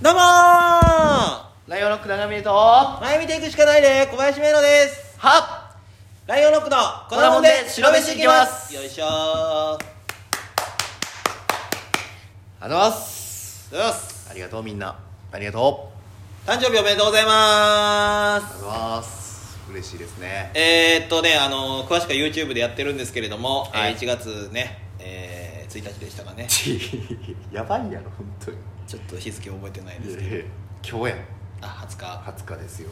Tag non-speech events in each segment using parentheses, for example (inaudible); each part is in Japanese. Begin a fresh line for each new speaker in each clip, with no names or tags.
どうもー
ライオンロック長見とは
前見ていくしかないで小林めいのです
っ
ライオンロックの粉もんで白飯いきますよいしょーあ
ありがとうございます
りがとうございます
ありがとうみんなありがとう
誕生日おめでとうございま
あ
す
りがとうございます嬉しいですね
えー、っとねあの詳しくは YouTube でやってるんですけれども、
はい
えー1月ね、えー1日でしたかね
(laughs) やばいやろ本当に
ちょっと日付覚えてないですけど
ええ今日やん
あ20日
20日ですよ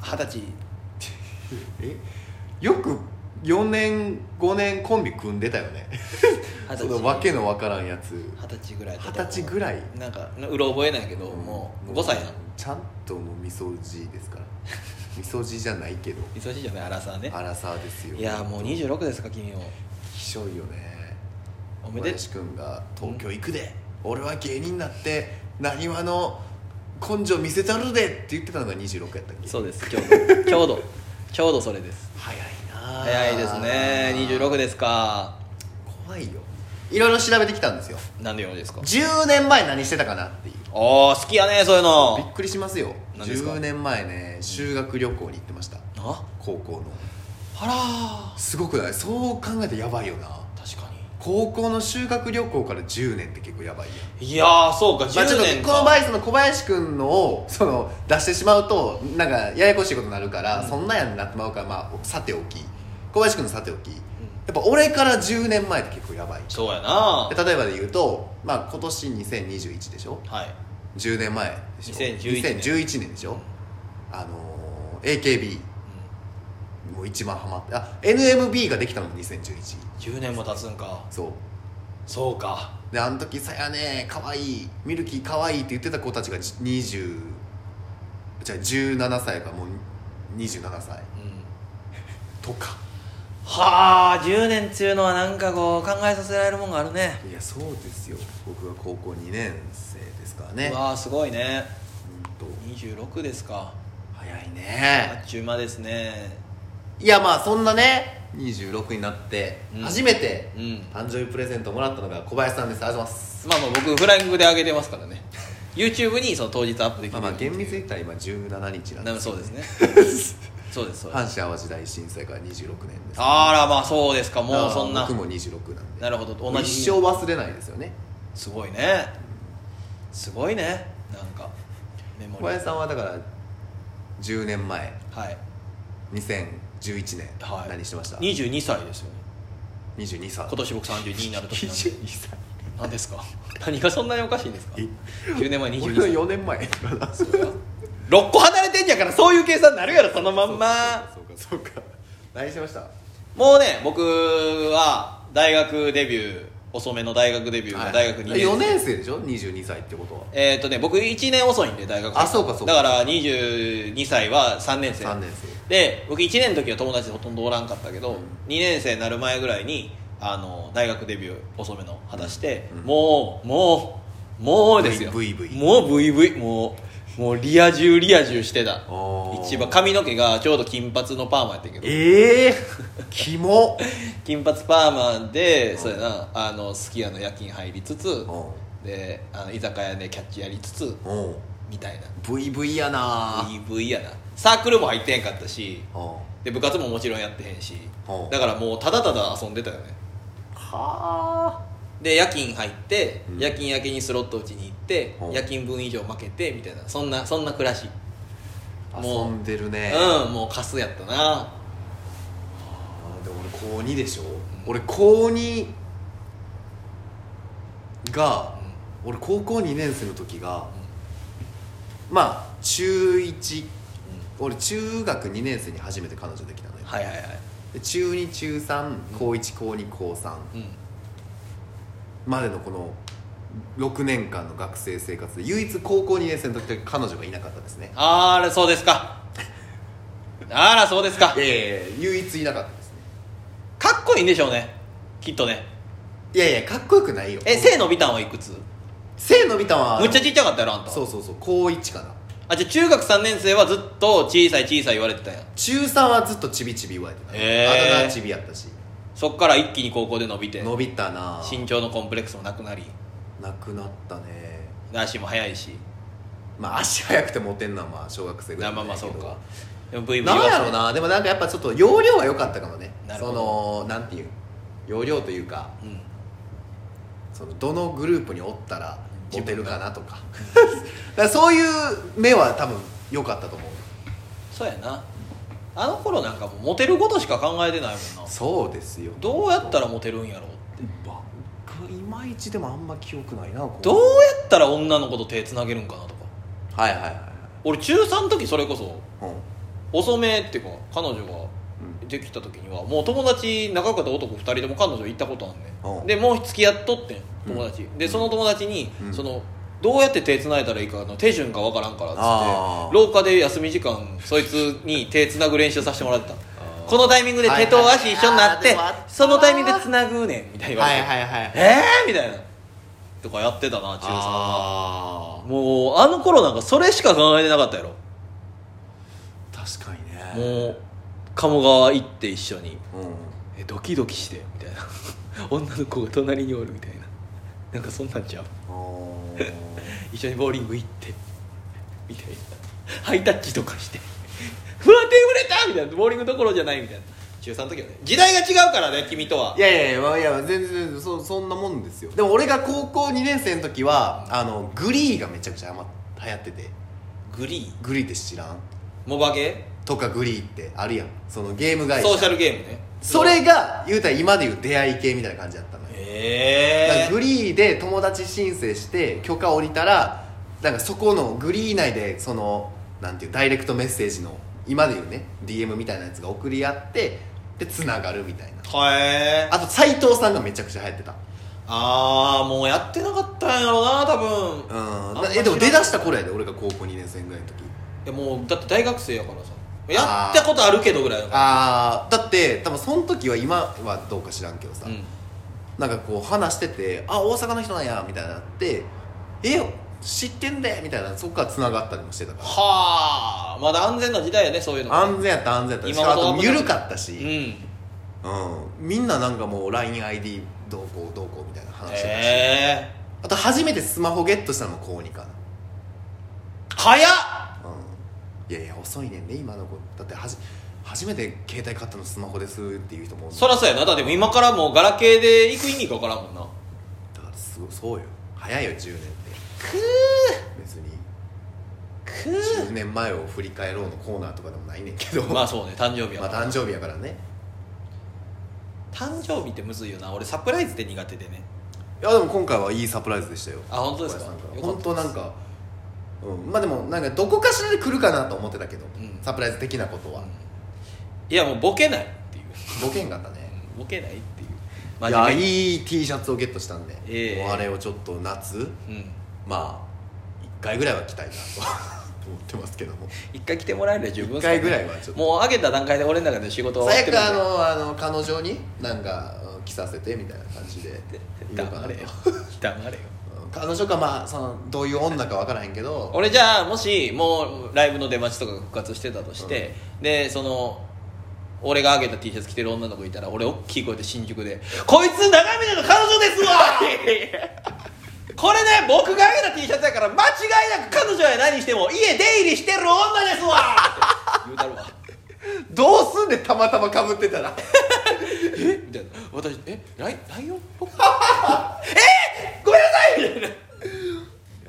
二十歳
えよく4年5年コンビ組んでたよね
二
そ
十
の
歳
わけのわからんやつ
二十歳ぐらいだ
二
った
十歳ぐらい
なんかうろ覚えないけど、もう5歳なの
ちゃんともうみそじですからみそじじゃない (laughs) けど
忙しいじゃないアラサーね
アラサーですよ
いやーもう26ですか君を
ひしょいよね
おめで
小林君が「東京行くで、俺は芸人になってなにわの根性見せたるで」って言ってたのが26やったっけ
そうですちょう (laughs) どちょうどちょうどそれです
早いなあ
早いですね26ですか
怖いよいろいろ調べてきたんですよ
なんでよろですか
10年前何してたかなっていう
おお好きやねそういう
びっ
の
くりしますよ
何ですか
10年前ね修学旅行に行ってました
あ
高校の
あ
すごくないそう考えてやばいよ
ら
な
ー確か
高校の修学旅行から10年って結構やばいやん
にいやーそうか10
まあ、ちょっと
年か、
この場合その小林君のをその出してしまうとなんかややこしいことになるから、そんなんやんなってまうから、まあ、さておき小林君のさておき、やっぱ俺から10年前って結構やばい
そうやなは
で例えばで言うと、まあ、今年2021でしょ
い
10年前でしょ
2011年
2011年でしょ、あのー AKB もう一番ハマってあ NMB ができたのが2011
10年も経つんか
そう
そうか
であの時「さやねかわいいミルキーかわいい」って言ってた子たちが20じゃあ17歳かもう27
う
歳
ん
とか
はあ10年っていうのはなんかこう考えさせられるもんがあるね
いやそうですよ僕が高校2年生ですからね
うわーすごいね
うんと
26ですか
早い
あ
ね
っちゅう間ですね
いやまあそんなね26になって
うん
初めて
うん
誕生日プレゼントもらったのが小林さんですありがとうございます
まあまあ僕フライングで上げてますからね YouTube にその当日アップできる
まあまあ厳密に言ったら今17日な
な
んで
んか
す
そうですねそうですそうです
(laughs) 阪神・淡路大震災から26年です
あらまあそうですかもうそんな
僕も26なんで
なるほど同じ
一生忘れないですよね
すごいねすごいねなんかメモ
小
リー
林さんはだから10年前
はい
2011年、
はい
何してました
22歳ですよね
22歳
今年僕32になる年なんで
22歳
何ですか何がそんなにおかしいんですか
え
10年前
俺
22
の
歳
4年前かなそう
6個離れてんやからそういう計算になるやろそのまんま
かそうか何してました
もうね僕は大学デビュー遅めの大学デビューが大学2年生
4年生でしょ22歳ってことは
えーっ、とね僕1年遅いんで大学生
あそうかそうか
だから22歳は3年生
3年生
で僕1年の時は友達ほとんどおらんかったけど、
うん
2年生になる前ぐらいにあの大学デビュー遅めの果たして、
うん
もうもうもうですよ
VV
もう VV もうもうリア充リア充してた
おー
一番髪の毛がちょうど金髪のパーマやってんけど
ええキモ
金髪パーマで、そうやなあのすき家の夜勤入りつつ、
う
であの居酒屋でキャッチやりつつ
んうん
みたいな
VV やな
EV やなサークルも入ってへんかったし
うん
で部活ももちろんやってへんし
うん
だからもうただただ遊んでたよね
は
で夜勤入って、
うん
夜勤明けにスロット打ちに行って、
うん
夜勤分以上負けてみたいなそんなそんな暮らし、
あ
も
遊
うん
でるね
うんもうカスやったな
あーでも俺高2でしょ、俺高2が、俺高校2年生の時が、まあ中1、俺中学2年生に初めて彼女できたのよ、
はいはいはい
で中2中3高1高2高3
うん
までのこの6年間の学生生活で唯一高校2年生の時だけ彼女がいなかったですね
あらそうです
(laughs)
かあらそうですか
いやいやいや唯一いなかったですね
かっこいいんでしょうねきっとね
いやいやかっこよくないよ
え背伸びたんはいくつ
背伸びたんは
むっちゃちっちゃかったやろあんた
そうそうそう高1かな
あじゃあ中学3年生はずっと小さい小さい言われてたんやん
中3はずっとちびちび言われてた、
へー
あだ名ちびやったし
そっから一気に高校で伸びて
伸びたな
身長のコンプレックスもなくなり
なくなったね
足も速いし
まあ足速くてモテんのはまあ小学生ぐ
ま
ら
あ
い
まあまあ
だけ
そ
ど
うかでも VV
なんやろうなでもなんかやっぱちょっと容量は良かったかもね
なる
そ
ほど
のなんていう容量というか
うん
そのどのグループにおったらモテるかなとか (laughs) だからそういう目は多分良かったと思う
そうやなあの頃なんかもうモテることしか考えてないもんな
そうですよ
どうやったらモテるんやろう
僕いまいちでもあんま記憶ないなこう
どうやったら女の子と手つなげるんかなとか
はいはいはいはい
俺中3の時それこそ
うんうん
遅めっていうか彼女ができた時にはもう友達仲良かった男2人とも彼女行ったことあんね
うん
んでもう付き合っとってん友達、でその友達に、
うん
そのどうやって手つないだらいいかの手順がわからんからっつ
あ
っ
ー
て廊下で休み時間そいつに手つなぐ練習させてもらってた
ー
このタイミングで手と足一緒になって、
はいはいあーでもあった
そのタイミングでつなぐねんみたいな言わ
は
れ
い
て、
はいはい
えーみたいなとかやってたな中3は
あ
もうあの頃なんかそれしか考えてなかったやろ
ー確かにね
もう鴨川行って一緒に
うん
えドキドキしてみたいな (laughs) 女の子が隣におるみたいななんかそんなんちゃう
おー
一緒にボーリング行ってみたいなハイタッチとかして (laughs) 「うわ手触れた!」みたいなボーリングどころじゃないみたいな中3の時はね時代が違うからね君とはい
やいやいやまあいや全然全然そそんなもんですよでも俺が高校2年生の時はあのグリーがめちゃくちゃはま流行ってて
グリーン
グリーって知らん
モバゲ
とかグリーってあるやんそのゲーム
ー
会社
ソーシャルゲームね
それが言うたら今で言う出会い系みたいな感じだったのよだから
ええ
グリーで友達申請して許可下りたらなんかそこのグリー内でそのなんていうダイレクトメッセージの今で言うね DM みたいなやつが送り合ってでつながるみたいな
はえ
あと斎藤さんがめちゃくちゃ流行ってた
ああもうやってなかったんやろうな多分
うん
あんま知ら
え
ん
でも出だした頃やで俺が高校2年生ぐらいの時
いやもうだって大学生やからさやったことあるけどぐらいだから
ああだって多分その時は今はどうか知らんけどさ、
うん
なんかこう話してて「あ大阪の人なんや」みたいになって「え知ってんで」みたいなそこから繋がったりもしてたから
はあまだ安全な時代やねそういうの
安全やった安全やったし
今
かもあ
ほど
と
危ない
緩かった
う
し、
ん
うん、みんななんかもう LINEID どうこうどうこうみたいな話してたし、
へえ
あと初めてスマホゲットしたのも高2か
早っ
な、うん、いやいや遅いねんね今の子だってはじ初めて携帯買ったのスマホですっていう人もおんねん
そらそうやなだって今からもうガラケーで行く意味か分からんもんな
だからすごいそうよ早いよ10年って
く
別に
ーく
10年前を振り返ろうのコーナーとかでもないねんけど
ーまあそうね誕生日や
(laughs) ま
か
あ
ら、
誕生日やからね
誕生日ってむずいよな俺サプライズって苦手でね
いやでも今回はいいサプライズでしたよ
あ本当ですか
小林さんから
よかった
本当なんか、うん、まあでもなんかどこかしらで来るかなと思ってたけど、
うん
サプライズ的なことは、
いやもうボケないっていう
ボケんかったね
うんボケないっていう
いやいい T シャツをゲットしたんで、
ええ
もうあれをちょっと夏
うん
まあ1回ぐらいは着たい
(laughs)
なと思ってますけども
一回来てもらえれば十分っす
1
かね
回ぐらいはちょっと
もう上げた段階で俺の中で仕事は終わって
最
るんで
悪あのあの彼女になんかうん着させてみたいな感じで言おうか
黙
なと
れ
う
よ
ん
黙れよ
彼女かまあそのどういう女かわからへん
(laughs)
けど
俺じゃあもしもうライブの出待ちとかが復活してたとして、でその俺が上げた T シャツ着てる女の子いたら俺大きい声で新宿で「こいつ長峰の彼女ですわ!」 (laughs) これね僕が上げた T シャツやから間違いなく彼女や何しても家出入りしてる女ですわ言うたるわ
どうすんでたまたまかぶってたら
(laughs) えみたいな私えライライオン僕 (laughs) えごめんなさいみたいない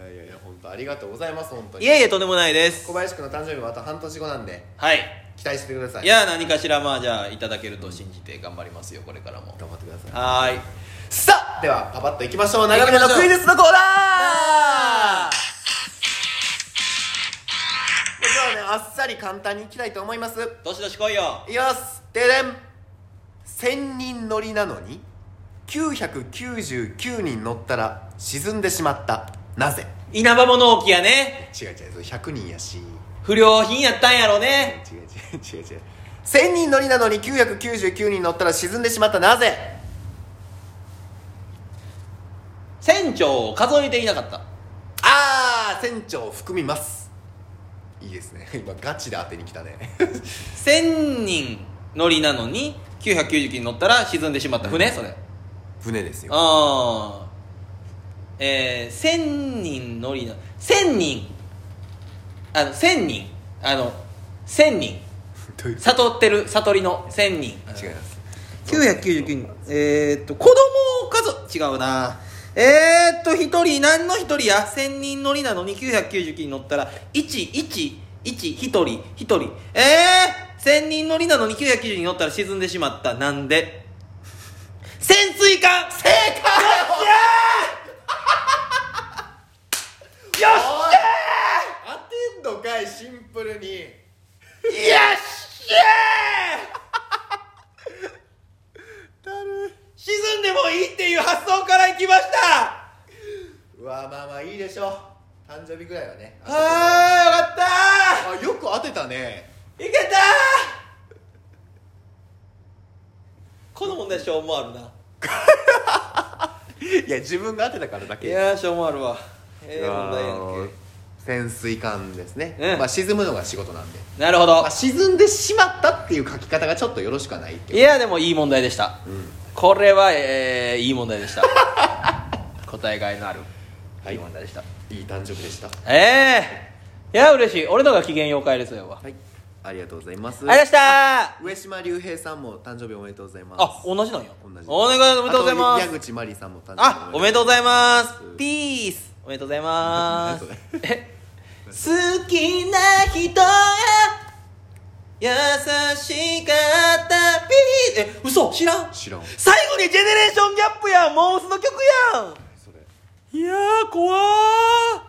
やいやいや本当ありがとうございます本当
(laughs)
に
いえいえとんでもないです
小林君の誕生日はあと半年後なんで
はい
期待してください
いや何かしらまあじゃあいただけると信じて頑張りますよこれからも
頑張ってください
はーい
さあではパパッといきましょう長めのクイズのコーナー僕はねあっさり簡単にいきたいと思いますい
どしどし来いよ
きますででん1000人乗りなのに999人乗ったら沈んでしまったなぜ
稲葉物置やね
違う違うそれ100人やし
不良品やったんやろね
違う違う違う違う1000人乗りなのに999人乗ったら沈んでしまったなぜ
船長を数えていなかった
ああ船長含みますいいですね (laughs) 今ガチで当てに来たね (laughs)
1000人乗りなのに990機に乗ったら沈んでしまった船それ
船ですよ
あえー、1000人乗りの1000人あの1000人あの1000人
どういう
悟ってる悟りの1000人
違います
999人えー、っと子供数違うなえー、っと1人何の1人や1000人乗りなのに999人乗ったら1111人1人えー、1000人乗りなのに990人乗ったら沈んでしまったなんで潜水艦正解よっしゃーよっ
おい当てんのかいシンプルに
よっしゃ
だる
ー沈んでもいいっていう発想からいきました
うわまあまあいいでしょう誕生日ぐらいはね
あーよかっ
あよく当てたね
たーいけたーこの問題しょうもあるない
や自分が当てたからだけ
いやーしょうもあるわええ問題やん
潜水艦ですね、
うん
まあ、沈むのが仕事なんで、
けなるほど
まあ、沈んでしまったっていう書き方がちょっとよろしくはないけ
いやでもいい問題でした、これはえー、いい問題でした (laughs) 答えがいのある、
はい
い問題でした
どいい誕生日でした
ええー、いや嬉しい俺のが機嫌妖怪ですよ、あり
はいありがとうございます
がとうございました
上島竜兵さんも誕生日おめでとうございます
あ、同じなんや。
同じ
お願いおめでとうございま
あ矢
す。
口真理さんも誕生日
あ、おめでとうございます
うん。
ピース。おめでとうございま
何
す。え好きな人が優しかったピース。え、嘘知らん
知らん
最後にジェネレーションギャップやんモースの曲やん
それ
いやー、怖ー。